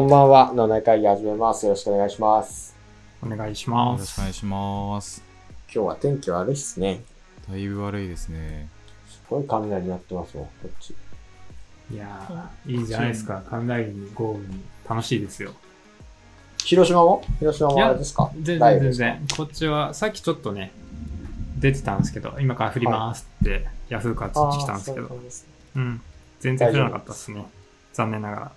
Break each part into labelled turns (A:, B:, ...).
A: んばんは。の内会議始めます。よろしくお願いします。
B: お願いし
C: よ
B: ま
C: ろしく
B: す
C: お願い。します。
A: 今日は天気悪いっすね。
C: だいぶ悪いです ね。
A: すごい雷鳴ってますもん、こっち。
B: いやー、いいじゃないですか。雷に豪雨に楽しいですよ。
A: 広島も広島もあれですか
B: 全
A: ライ
B: 然
A: ブ
B: 全
A: ですか
B: 然。こっちは、さっきちょっとね、出てたんですけど、今から振りますって、ヤフーから通知来たんですけ
A: あーそう
B: ど、
A: なんですね
B: うん。全然降らなかったですね。残念ながら。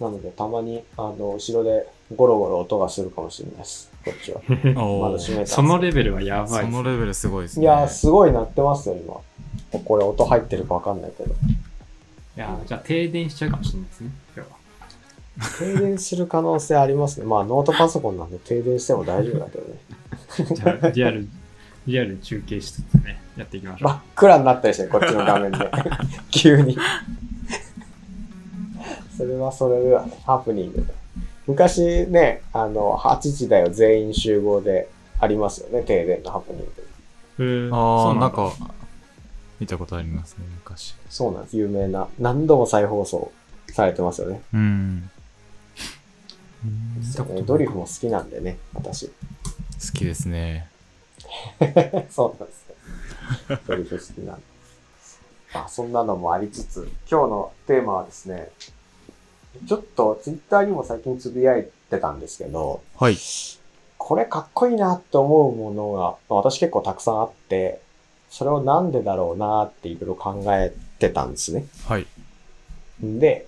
A: なので、たまに、あの、後ろでゴロゴロ音がするかもしれないです。こっち は。まだ
C: お
A: 閉めたん
C: ー
A: です
B: そのレベルはやば
C: そ
B: いです
C: の
B: ね。
C: レベルすごいです
A: い
C: ね。
A: やー、すごい鳴ってますよ、今。これ音入ってるかわかんないけど。
B: いやー、じゃあ停電しちゃうかもしれないですね、今 日は。
A: 停電する可能性ありますね。まあ、ノートパソコンなんで停電しても大丈夫だけどね。
B: じゃあ、リアル、リアル中継しつつね、やっていきましょ
A: 真っ暗になったりしてねこっちの画面で。急に。それはそれではねハプニングで。昔ね、あの、8時だよ全員集合でありますよね、停電のハプニング。
B: う。へー
C: あ
B: そう
C: ー、
B: だ
C: なんか、見たことありますね、昔。
A: そうなんです。有名な。何度も再放送されてますよね。
C: うん。
B: 見たことない
A: ドリフも好きなんでね、私。
C: 好きですね。
A: そうなんですよ。ドリフ好きなんで。まあ、そんなのもありつつ、今日のテーマはですね、ちょっとツイッターにも最近つぶやいてたんですけど、
C: はい。
A: これかっこいいなって思うものが、まあ私結構たくさんあって、それをなんでだろうなっていろいろ考えてたんですね。
C: はい。
A: で、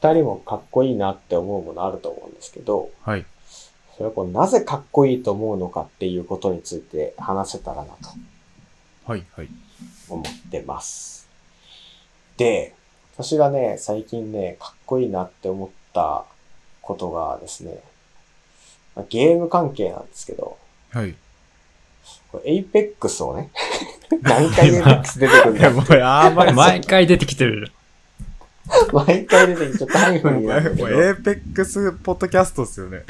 A: 二人もかっこいいなって思うものあると思うんですけど、
C: はい。
A: それをこうなぜかっこいいと思うのかっていうことについて話せたらなと
C: はい。はい。
A: 思ってます。で、私がね、最近ね、かっこいいなって思ったことがですね、まあゲーム関係なんですけど、
C: はい。
A: これエイペックスを ね、何回エイペックス出てくるん
C: い
A: だ
C: や、
A: よ
C: もう、やばい。
B: 毎回出てきてる。
A: 毎回出てきて、ちょっとタイムリーなんだ
C: もう
A: け
C: エーペックスポッドキャストっすよね。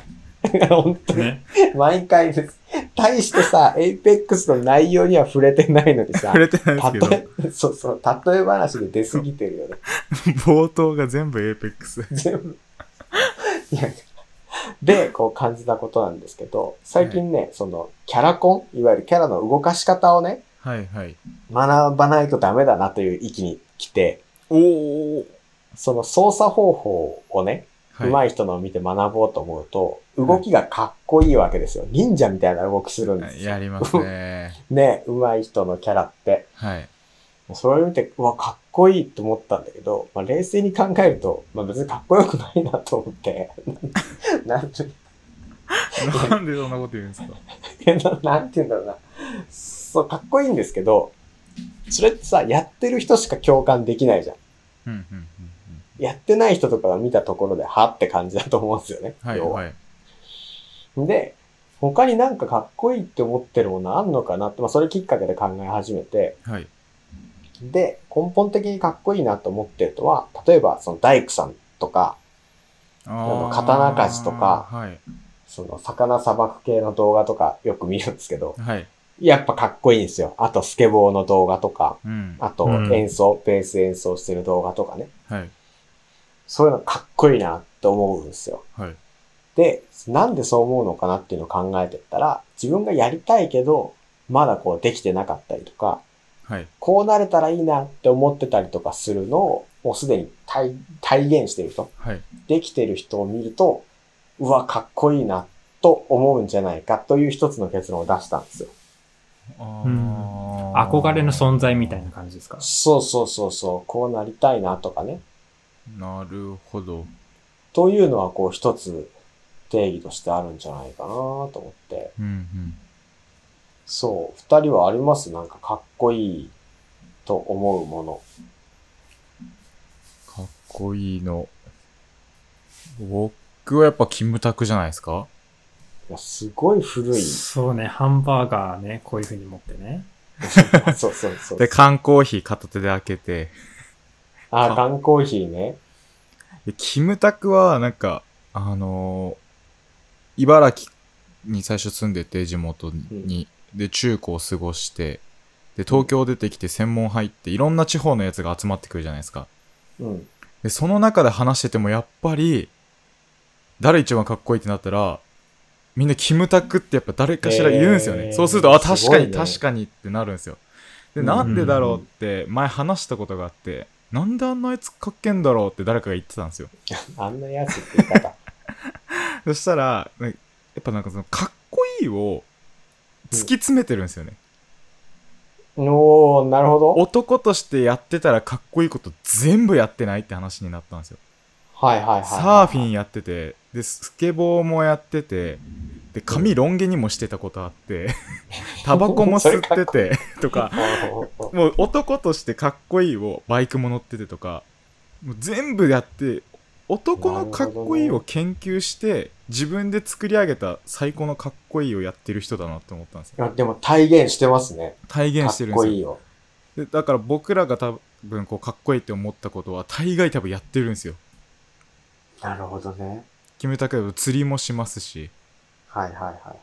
A: ど、本当に、
B: ね。
A: 毎回です。対してさ、エイペックスの内容には触れてないのにさ
C: 触、れてないですけど、
A: 例え、そうそう、例え話で出すぎてるよね。
C: 冒頭が全部エーペックス。
A: 全部。いやで、こう感じたことなんですけど、最近ね、その、キャラコン、いわゆるキャラの動かし方をね、
C: はい。はい。
A: 学ばないとダメだなという域に来て、
C: おお。
A: その操作方法をね、
C: はい。
A: 上手い人のを見て学ぼうと思うと、動きがかっこいいわけですよ。忍者みたいな動きするんですよ。
C: やりますね。
A: ね、上手い人のキャラって。
C: はい。
A: それを見て、うわ、かっこいいと思ったんだけど、まあ、冷静に考えると、まあ、別にかっこよくないなと思って、 なんて、
C: なんでそんなこと言うんですか
A: なんて言うんだろうな。そう、かっこいいんですけど、それってさ、やってる人しか共感できないじゃん。
C: うんうんうんうん。
A: やってない人とかが見たところで、はって感じだと思うんですよね。
C: はい
A: 要は
C: はい。
A: で、他になんかかっこいいって思ってるものあんのかなって、まあそれきっかけで考え始めて、
C: はい。
A: で、根本的にかっこいいなと思ってるのは、例えばその大工さんとか、
C: あー
A: 刀鍛冶とか
C: はい。
A: その魚砂漠系の動画とかよく見るんですけど、
C: はい。
A: やっぱかっこいいんですよ。あとスケボーの動画とか、
C: うん。
A: あと
B: うん
A: 演奏、ベース演奏してる動画とかね。
C: はい。
A: そういうのかっこいいなって思うんですよ。
C: はい。
A: で、なんでそう思うのかなっていうのを考えてったら、自分がやりたいけど、まだこうできてなかったりとか、
C: はい。
A: こうなれたらいいなって思ってたりとかするのを、もうすでに体体現している人、
C: はい。
A: できている人を見ると、うわ、かっこいいなと思うんじゃないかという一つの結論を出したんですよ。
B: うん憧れの存在みたいな感じですか
A: そうそうそうそう、こうなりたいなとかね。
C: なるほど。
A: というのはこう一つ定義としてあるんじゃないかなと思って。
C: うん
A: そう、二人はありますなんかかっこいいと思うもの。
C: うん。かっこいいの。僕はやっぱキムタクじゃないですか
A: いやすごい古い。 そ
B: そうね、ハンバーガーね、こういう風に持ってね。
A: うそうそうそう。
C: で、缶コーヒー片手で開けて。
A: あ、缶コーヒーね。
C: でキムタクはなんか、あのー茨城に最初住んでて、地元に。で、中高を過ごして、で、東京出てきて専門入って、いろんな地方のやつが集まってくるじゃないですか。
A: うん。
C: で、その中で話しててもやっぱり、誰一番かっこいいってなったら、みんなキムタクってやっぱ誰かしら言うんですよね。
A: えー
C: そうすると、あ、確
A: すご
C: か
A: い
C: に、
A: ね
C: 確かにってなるんですよ。で、
A: うん
C: なんでだろうって前話したことがあって、なんであんなあいつかっけんだろうって誰かが言ってたんですよ。
A: あんなやつって言い方。
C: そしたら、ねやっぱなんかその、かっこいいを突き詰めてるんですよね。
A: おー、なるほど。
C: 男としてやってたらかっこいいこと全部やってないって話になったんですよ。
A: はいはいはい。
C: サーフィンやってて、で、スケボーもやってて、で、髪ロン毛にもしてたことあって、 タバコも吸ってて、とか、
A: ン。
C: もう男としてかっこいいをバイクも乗っててとか、もう全部やって、男のかっこいいを研究して、自分で作り上げた最高のかっこいいをやってる人だなって思ったんですよ。
A: いやでも体現してますね。
C: 体
A: か
C: 現
A: っ
C: してるんで
A: こ
C: すよ
A: い。いよ。
C: でだから僕らが多分こうかっこいいって思ったことは大概多分やってるんですよ
A: なるほどね。
C: キムタクだと釣りもしますし
A: はいはいはいはい。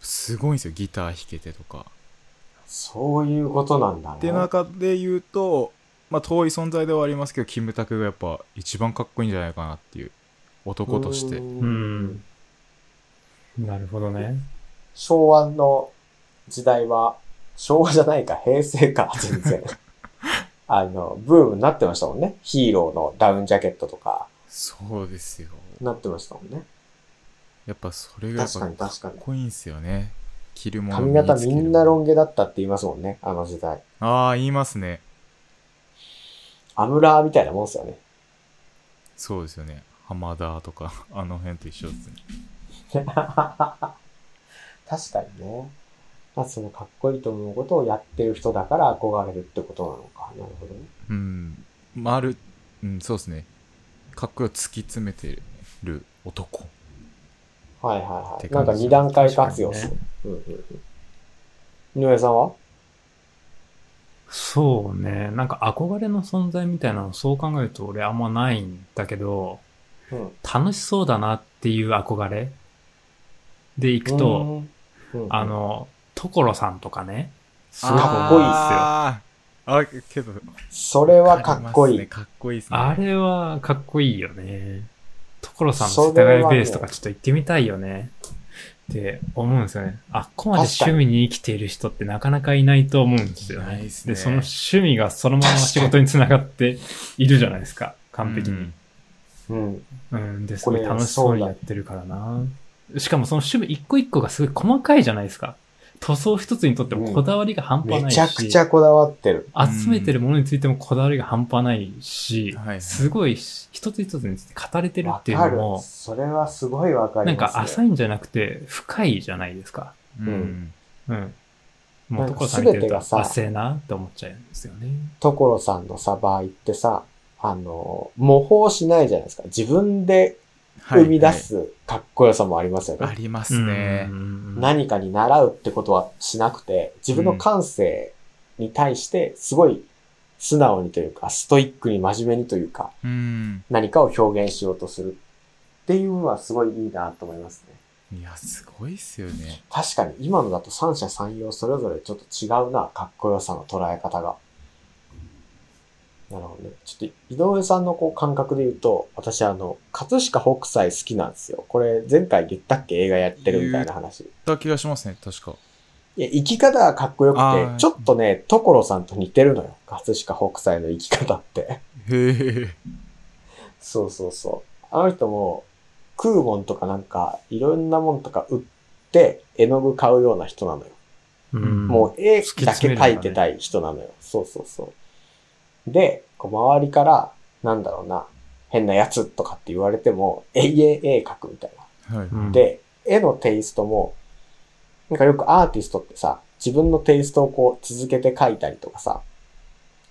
C: すごいんですよギター弾けてとか
A: そういうことなんだね。
C: って中で言うとまあ遠い存在ではありますけどキムタクがやっぱ一番かっこいいんじゃないかなっていう男として
A: うー
B: うんん。なるほどね。
A: 昭和の時代は、昭和じゃないか、平成 か、全然。あの、ブームになってましたもんね。ヒーローのダウンジャケットとか、
C: そうですよ
A: なってましたもんね。
C: やっぱそれがやっ
A: 確
C: ぱ
A: か
C: か
A: に確か
C: っ
A: に
C: こいいんですよね着るもの
A: 髪型
C: 身につ
A: み
C: ける
A: んなロン毛だったって言いますもんね、あの時代。
C: ああ言いますね
A: アムラーみたいなもんですよね。
C: そうですよね浜田とか あの辺と一緒ですね
A: 確かにね。まあ、そのかっこいいと思うことをやってる人だから憧れるってことなのか。なるほどね。
C: うん、丸、うん、そうですね。かっこよく突き詰めてる男。
A: はいはいは
C: って
A: い。なん
C: 感じ
A: か二段階活用する。うんうんうん、井上さんは
B: そうね。なんか憧れの存在みたいなのそう考えると俺あんまないんだけど、
A: うん。
B: 楽しそうだなっていう憧れで行くと、
A: うん、うん
B: あ、の、所さんとかね、すごく
A: かっ
B: 思
A: こ
B: うん
A: いい
B: ですよ。
C: あーあ、けど、
A: それはかっこい
C: ありますね
A: い。
C: かっこいいですね。
B: あれはかっこいいよね。所さんの世田谷ベースとかちょっと行ってみたいよね。って思うんですよね。あっこまで趣味に生きている人ってなかなかいないと思うんですよ
C: いない
B: ね。
C: ですね
B: で、その趣味がそのまま仕事につながっているじゃないですか。完璧
C: う
B: に
C: ん。
A: うん。
B: うん、で、す
A: こ
B: ご
A: れ
B: い楽しそうにやってるからな。しかもその趣味一個一個がすごい細かいじゃないですか。塗装一つにとってもこだわりが半端
A: め
B: ないし。
A: ちゃくちゃこだわってる。
B: 集めてるものについてもこだわりが半端ないし、
C: はいはい
B: すごいし一つ一つについて語れてる
A: わ
B: っていう
A: か
B: の
A: る。
B: も、
A: それはすごいわか
B: な
A: り
B: ん
A: ます、ね。
B: か浅いんじゃなくて深いじゃないですか。
C: うん。
A: うん
B: うん。もう
A: なんか
B: 所さん見てる
A: 全て
B: と
A: がさ
B: 汗えなって思っちゃうんですよね。
A: 所さんのサバー行ってさ、あの、模倣しないじゃないですか。自分で
C: はい
A: 生み出。すかっこよさもありますよね。
C: はいありますね
B: う。ん
A: 何かに習うってことはしなくて、自分の感性に対して、すごい素直にというか、ストイックに真面目にというか、
C: うん。
A: 何かを表現しようとするっていうのはすごいいいなと思いますね。
C: いや、すごいっすよね。
A: 確かに今のだと三者三様それぞれちょっと違うな、かっこよさの捉え方が。なるほどね。ちょっと井上さんのこう感覚で言うと、私あの、葛飾北斎好きなんですよ。これ前回言ったっけ映画やってるみたいな話。
C: だった気がしますね、確か。
A: いや、生き方がかっこよ
C: あ
A: く
C: ー
A: て、ちょっとね、所さんと似てるのよ。葛飾北斎の生き方って。
C: へえ。
A: そうそうそう。あの人も、食うもんとかなんか、いろんなもんとか売って、絵の具買うような人なのよ。
B: うん
A: もう絵
B: 突き
A: だ
B: 詰
A: け
B: めるんだね
A: 描いてたい人なのよ。そうそうそう。で、こう周りから、なんだろうな、変なやつとかって言われても、永遠絵描くみたいな。
C: はい。
B: うん
A: で、絵のテイストも、なんかよくアーティストってさ、自分のテイストをこう続けて描いたりとかさ、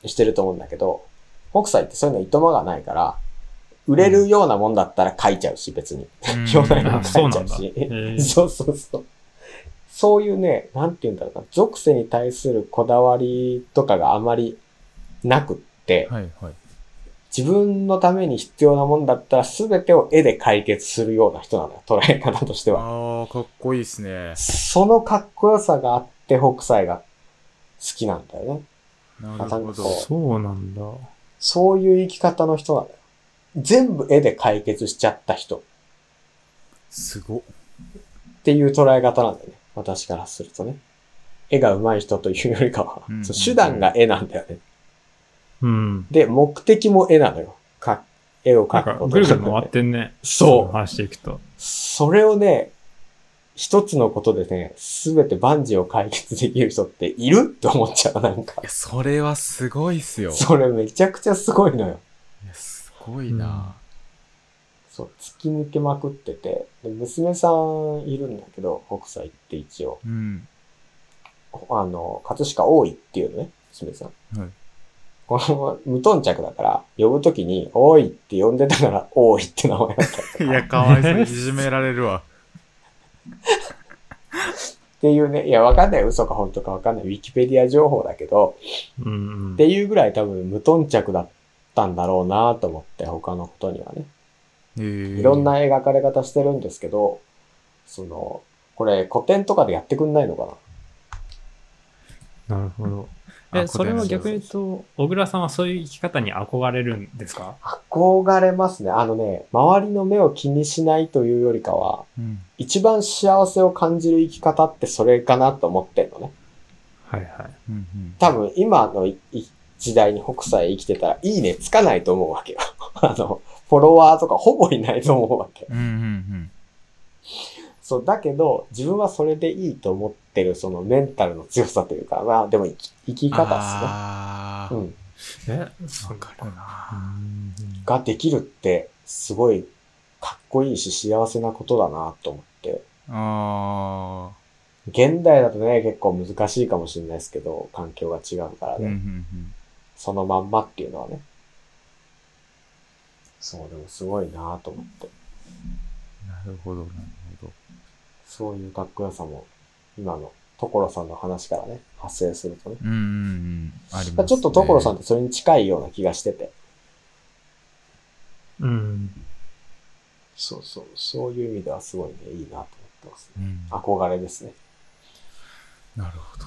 A: してると思うんだけど、北斎ってそういうのいとまがないから、売れるようなもんだったら描いちゃうし、別に。
C: うん
A: 表題
B: あ
A: も
B: そ
A: 書
B: う
A: いち
B: な
A: ゃ
B: ん
A: う
B: だ
A: し
B: へ ー。
A: そうそうそう。そういうね、なんて言うんだろうな、属性に対するこだわりとかがあまりなくって、
C: はいはい。
A: 自分のために必要なもんだったら全てを絵で解決するような人なのよ、捉え方としては。
C: ああ、かっこいいっすね。
A: そのかっこよさがあって、北斎が好きなんだよね。
C: なるほ
A: あ
C: ど。
B: そうなんだ。
A: そういう生き方の人なんだよ。全部絵で解決しちゃった人。
C: すごっ。
A: っていう捉え方なんだよね。私からするとね。絵が上手い人というよりかは、
C: うんうんうん
A: そう手段が絵なんだよね。
B: うん。
A: で、目的も絵なのよ。か、絵を描
B: なんか
A: くこ、と。
B: ぐるぐる回ってんね。
A: そう
B: 話していくと。
A: それをね、一つのことでね、すべて万事を解決できる人っているって思っちゃう、なんか
C: い。や、それはすごいっすよ。
A: それめちゃくちゃすごいのよ。
C: いやすごいな、
A: そう、突き抜けまくってて、で娘さんいるんだけど、北斎って一応、
C: うん。
A: あの、葛飾多いっていうのね、娘さん。
C: はい
A: この、無頓着だから、呼ぶときに、多いって呼んでたから、多いって名前だったりとか
C: いや、かわい そう。いじめられるわ。
A: っていうね、いや、わかんない。嘘か本当かわかんない。ウィキペディア情報だけど、
B: うんうん。
A: っていうぐらい多分無頓着だったんだろうなと思って、他のことにはね。
C: えー
A: いろん。な描かれ方してるんですけど、その、これ古典とかでやってくんないのかな
B: なるほど。
C: あ
B: え、それは逆に
C: 古典
B: 言うと、小倉さんはそういう生き方に憧れるんですか
A: 憧れますね。あのね、周りの目を気にしないというよりかは、
C: うん。
A: 一番幸せを感じる生き方ってそれかなと思ってんのね。
B: はいはい。
C: うんうん。
A: 多分今のいい時代に北斎生きてたら、いいねつかないと思うわけよ。 あの、フォロワーとかほぼいないと思うわけ。
C: うんうん
A: そう、だけど、自分はそれでいいと思ってる、そのメンタルの強さというか、まあ、でも生き生
C: う
A: き
C: ん。
A: 方っ
C: あ
A: すね。
C: あ。
A: う
C: わ
A: ん。
B: え、
C: かる
B: う
C: な。
B: ん。
A: ができるって、すごい、かっこいいし、幸せなことだなと思って。
C: あ
A: 現代だとね、結構難しいかもしれないですけど、環境が違うから
C: あ。うん
A: ね。
C: うんうん。
A: そのまんまっていうのはね。そう、でもすごいなと思って。
C: なるほど、なるほど。
A: そういうかっこよさも、今の所さんの話からね、発生するとね。
C: うんうんうん。あります、
A: まあ
C: ね。
A: ちょっと所さんっ
C: い
A: てそれに近いような気がしてて。
B: うん。
A: そうそう、そういう意味ではすごいね、いいなと思ってます、ね。
C: うん。
A: 憧れですね。
C: なるほど。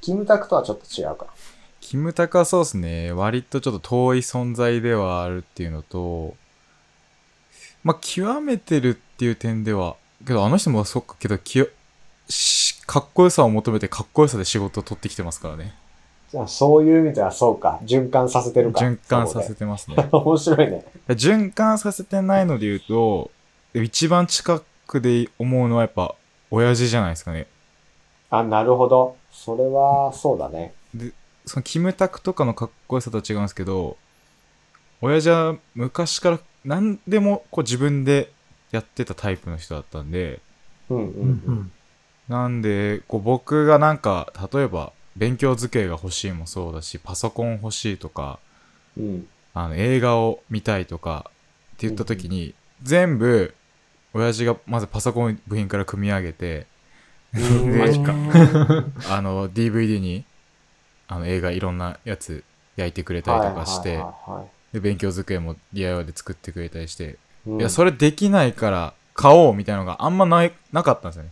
A: キムタクとはちょっと違うか
C: キムタクはそうですね、割とちょっと遠い存在ではあるっていうのと、まあ、極めてるっていう点では、けどあの人もそっか、けどきよし、かっこよさを求めてかっこよさで仕事を取ってきてますからね。
A: ら。あそういう意味ではそうか。循環させてるか。
C: 循環させてますね。
A: そうね面白いね。
C: 循環させてないので言うと、一番近くで思うのはやっぱ、親父じゃないですかね。
A: あ、なるほど。それは、そうだね。
C: そのキムタクとかのかっこよさとは違うんですけど、親父は昔から何でもこう自分でやってたタイプの人だったんで、
A: うんう
B: うん
A: うん。
B: ん。
C: なんで、こう僕がなんか、例えば勉強机が欲しいもそうだし、パソコン欲しいとか、
A: うん。
C: あの映画を見たいとかって言った時に、全部、親父がまずパソコン部品から組み上げて、
A: うん
C: マ
B: ジか。
C: あの DVD に、あの映画いろんなやつ焼いてくれたりとかし
A: は
C: て、
A: いはいはいは
C: で、勉強机も DIY で作ってくれたりして、
A: いうん
C: いや、それできないから買おうみたいなのがあんまない、なかったんですよね。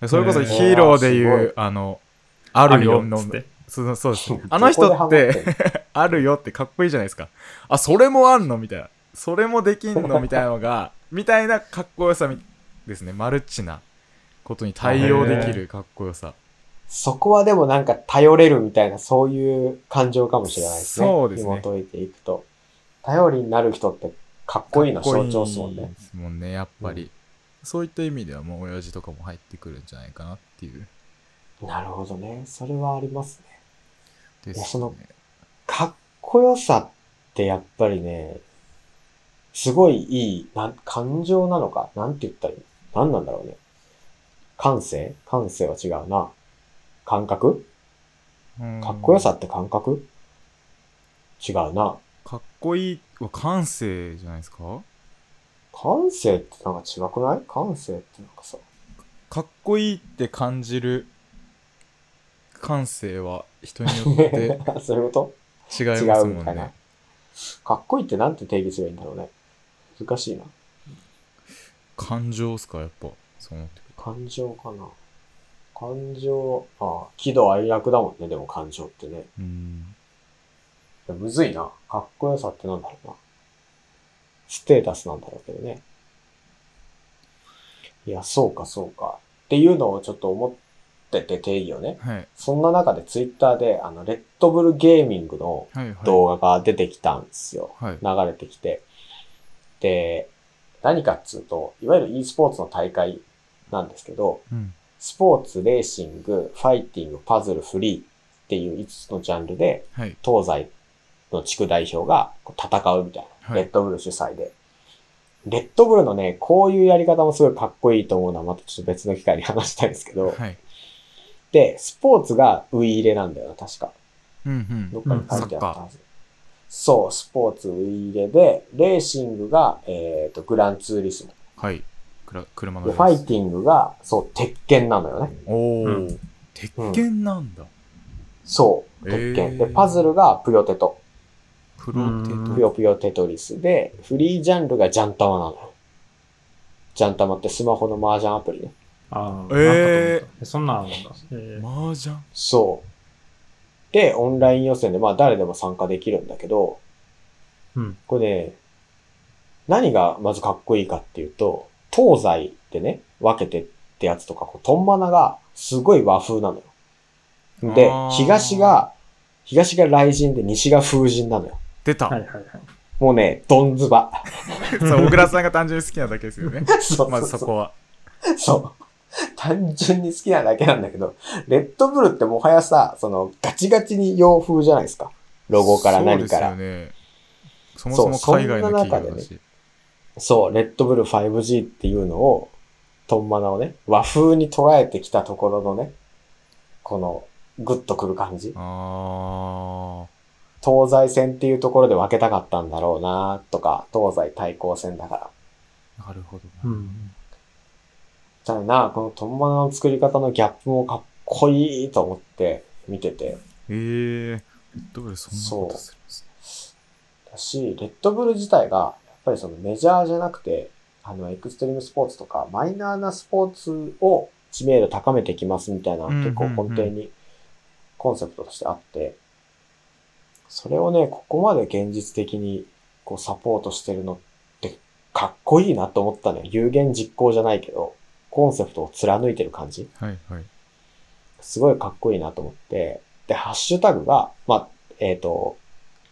C: でそれこそヒーローで
A: えーす
C: い
A: ご
C: う
A: い、。
C: あの、 あるよ
B: っ
C: の
B: つっ、て。
C: そうそうですねあの人 っ
A: どこでハ
C: て、
A: マってん
C: あるよってかっこいいじゃないですか。あ、それもあんのみたいな。それもできんのみたいなの が、みたいなかっこよさみですね。マルチなことに対応できるかっこよさ。
A: そこはでもなんか頼れるみたいな、そういう感情かもしれないですね。
C: そうですね
A: 紐解いていくと。頼りになる人ってかっこいいの象徴ですもんね
C: かっこいい。ですもんね、やっぱり。そういった意味ではもう親父とかも入ってくるんじゃないかなっていう。
A: なるほどね。それはありますね。
C: で
A: いや
C: す
A: その
C: ね。
A: かっこよさってやっぱりね、すごいいい、なん、感情なのかなんて言ったらいいなんなんだろうね。感性感性は違うな。感覚かっこよさって感覚違うな。
C: かっこいいは感性じゃないですか
A: 感性ってなんか違くない感性ってなんかさ。
C: かっこいいって感じる感性は人によって違い
A: そういうこ
C: ます
A: と違
C: も
A: うんかな
C: ね。。
A: かっこいいってなんて定義すればいいんだろうね。難しいな。
C: 感情っすか、やっぱ。そう思ってくる
A: 感情かな。感情、ああ、喜怒哀楽だもんね、でも感情ってね。
C: うん。
A: むずいな。かっこよさってなんだろうな。ステータスなんだろうけどね。いや、そうか、そうか。っていうのをちょっと思ってて定義をね。
C: はい。
A: そんな中でツイッターで、あの、レッドブルゲーミングの
C: はい、は
A: 動画が出てきたんですよ。
C: い。はい。
A: 流れてきて。で、何かっつうと、いわゆる e スポーツの大会なんですけど、
C: うん。
A: スポーツ、レーシング、ファイティング、パズル、フリーっていう5つのジャンルで、
C: はい。
A: 東西の地区代表がこう戦うみたいな。
C: はい
A: レッドブル主催で。レッドブルのね、こういうやり方もすごいかっこいいと思うのはまたちょっと別の機会に話したいんですけど、
C: はい。
A: で、スポーツがウイ入れなんだよな、確か。
C: うんう
A: どっ
C: ん。
A: かに書いてあったはず。そう、スポーツウイ入れで、レーシングが、えっ、と、グランツーリスモ。
C: はい。くら車の
A: で、
C: レ
A: ファ
C: ー
A: イ
C: ス。
A: ティングが、そう、鉄拳なのよね。
C: お
B: う
C: ー。鉄拳なんだ。
A: そう、
C: へ
A: 鉄
C: ー
A: 拳。で、パズルがプヨテト。
C: プロテ
B: うん
A: ぷ
C: ト。
A: よぷよテトリスで、フリージャンルがジャンタマなのよ。ジャンタマってスマホの麻雀アプリね。
B: ああ、
C: えー
B: なんかと思ったそんなんあるんだ。えー
C: 麻雀。
A: そう。で、オンライン予選で、まあ誰でも参加できるんだけど、
B: うん。
A: これね、何がまずかっこいいかっていうと、東西でね、分けてってやつとか、こうトンマナがすごい和風なのよ。で
C: あー、
A: 東が、東が雷神で西が風神なのよ。
C: 出
B: はい
C: た。
B: はいはい。
A: もうね、ドンズバ。
C: そう、小倉さんが単純に好きなだけですよね。
A: そうそう
C: まずそこは。
A: そう。単純に好きなだけなんだけど、レッドブルってもはやさ、そのガチガチに洋風じゃないですか。ロゴから何から。
C: そ
A: そうう,、
C: ですよね。そもそも海外の企業だし。
A: レッドブル 5G っていうのを、トンマナをね、和風に捉えてきたところのね、この、グッとくる感じ。
C: あ
A: 東西線っていうところで分けたかったんだろうなとか、東西対抗戦だから。
C: ー。なるほどな。
B: うん。
A: だな、このトンマナの作り方のギャップもかっこいいと思って見てて。
C: ええー。どうでそんなことするんですね
A: だし、レッドブル自体が、やっぱりそのメジャーじゃなくて、あの、エクストリームスポーツとか、マイナーなスポーツを知名度高めていきますみたいな、
C: うんうんうん
A: 結構根底にコンセプトとしてあって、それをね、ここまで現実的にこうサポートしてるのって、かっこいいなと思ったのよ。有言実行じゃないけど、コンセプトを貫いてる感じ。
C: はいはい。
A: すごいかっこいいなと思って、で、ハッシュタグが、まあ、えっ、と、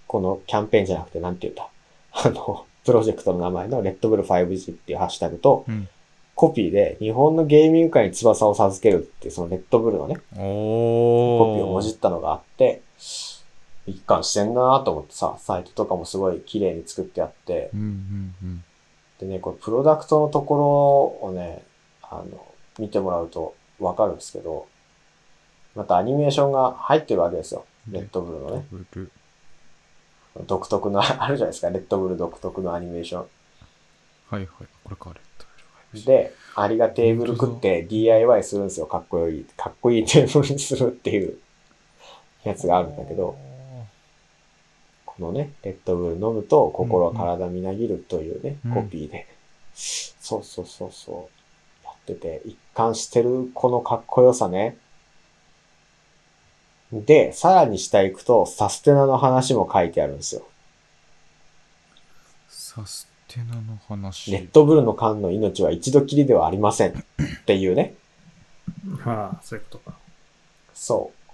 A: このキャンペーンじゃなくて、なんて言うんだ、あ の、プロジェクトの名前の RedBull5G っていうハッシュタグと、
C: うん
A: コピーで、日本のゲーミング界に翼を授けるっていう、そのレッドブルのね、コ
C: お
A: ピーをもじったのがあって、一貫してんなと思ってさ、サイトとかもすごい綺麗に作ってあって、
C: うんうんうん。
A: でね、これプロダクトのところをね、あの、見てもらうとわかるんですけど、またアニメーションが入ってるわけですよ。レッドブルのね。
C: ブル
A: 独特の、あるじゃないですか。レッドブル独特のアニメーショ
C: はいはい。これか、レッドブ
A: ン。
C: ル。
A: で、アリがテーブル食って DIY するんですよ。かっこよいい。かっこいいテーブルにするっていうやつがあるんだけど、このね、レッドブル飲むと心体みなぎるというね、
C: うん
A: コピーで。そうそうそうそう。やってて、一貫してるこのかっこよさね。で、さらに下行くと、サステナの話も書いてあるんですよ。
C: サステナの話。
A: レッドブルの缶の命は一度きりではありません。っていうね。
B: はあ、そういうことか。
A: そう。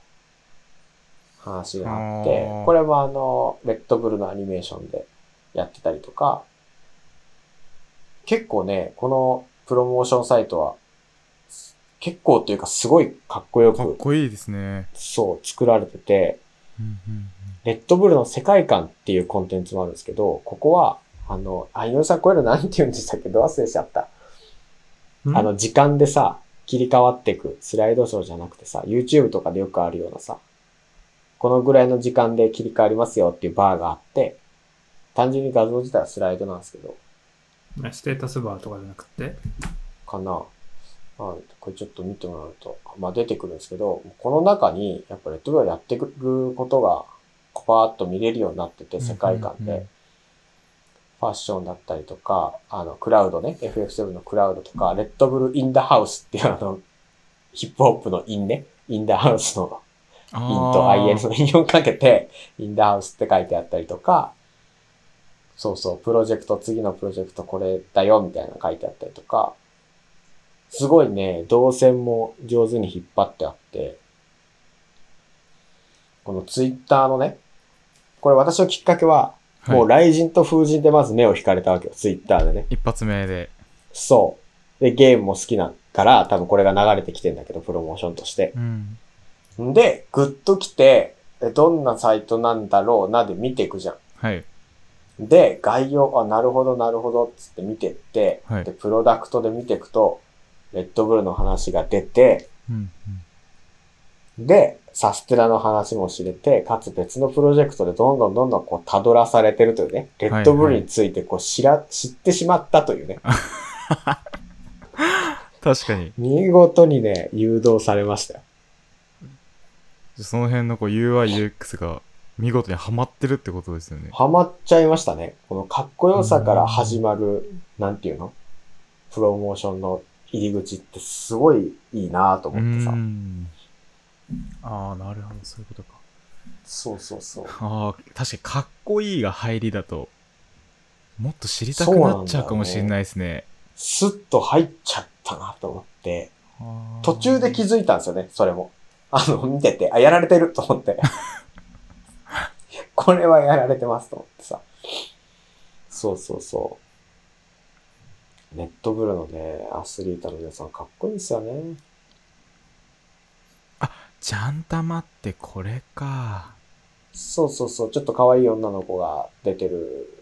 A: 話があっ
C: あ
A: て
C: ー、
A: これはあの、レッドブルのアニメーションでやってたりとか、結構ね、このプロモーションサイトは、す結構というかすごいかっこよ
C: かっ
A: く、
C: こいいですね。
A: そう、作られてて、
C: うんうん
A: レッドブルの世界観っていうコンテンツもあるんですけど、ここは、あの、あ、井上さんこういうのなんて言うんでしたっけど忘れちゃった。
B: うん
A: あの、時間でさ、切り替わっていく、スライドショーじゃなくてさ、YouTube とかでよくあるようなさ、このぐらいの時間で切り替わりますよっていうバーがあって、単純に画像自体はスライドなんですけど、
B: ステータスバーとかじゃなくて。
A: かな。あこれちょっと見てもらうと、まあ、出てくるんですけど、この中に、やっぱレッドブルやってくることが、パーっと見れるようになってて、
C: うん。
A: 世界観
C: うんう
A: で
C: ん。
A: ファッションだったりとか、あの、クラウドね、FX7 のクラウドとか、レッドブルインダハウスっていうあの、ヒップホップのインね、インダハウスの
C: あ
A: イン
C: ー
A: と IN のインをかけて、インダハウスって書いてあったりとか、そうそう、プロジェクト、次のプロジェクトこれだよ、みたいなの書いてあったりとか、すごいね、動線も上手に引っ張ってあって、このツイッターのね、これ私のきっかけは、
C: はい、
A: もう雷神と風神でまず目を引かれたわけよ、ツイッターでね。
C: 一発目で。
A: そう。で、ゲームも好きなから、多分これが流れてきてんだけど、プロモーションとして。
C: うん。
A: んで、グッと来て、えどんなサイトなんだろうなで見ていくじゃん。
C: はい。
A: で、概要、あ、なるほど、なるほど、つって見てって、
C: はい
A: で、プロダクトで見ていくと、レッドブルの話が出て、
C: うん。
A: で、サステラの話も知れて、かつ別のプロジェクトでどんどんどんどんこう辿らされてるというね、レッドブルについてこう知ら、知ってしまったというね、
C: 確かに。
A: 見事にね、誘導されましたよ。
C: その辺のこう UI、UX が見事にハマってるってことですよね。
A: ハマっちゃいましたね。このかっこよさから始まる、なんていうのプロモーションの入り口ってすごいいいなと
C: う
A: 思ってさ。
C: ん。ああ、なるほど、そういうことか。
A: そうそうそう。
C: ああ、確かにかっこいいが入りだと、もっと知りたくなっちゃうかもしれないですね。
A: スッと入っちゃったなと思って、
C: あー
A: 途中で気づいたんですよね、それも。あの、見てて、あ、やられてると思って。これはやられてますと思ってさ。そうそうそう。ネットブルのね、アスリートの皆さんかっこいいですよね。
C: ジャンタマってこれか。
A: そうそうそう、ちょっと可愛い女の子が出てる、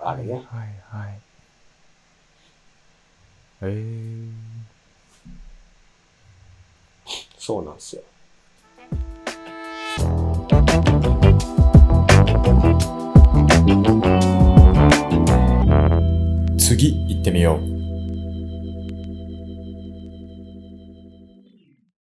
A: あれね。
C: はいはいはい。えー、
A: そうなんですよ。
D: 次行ってみよう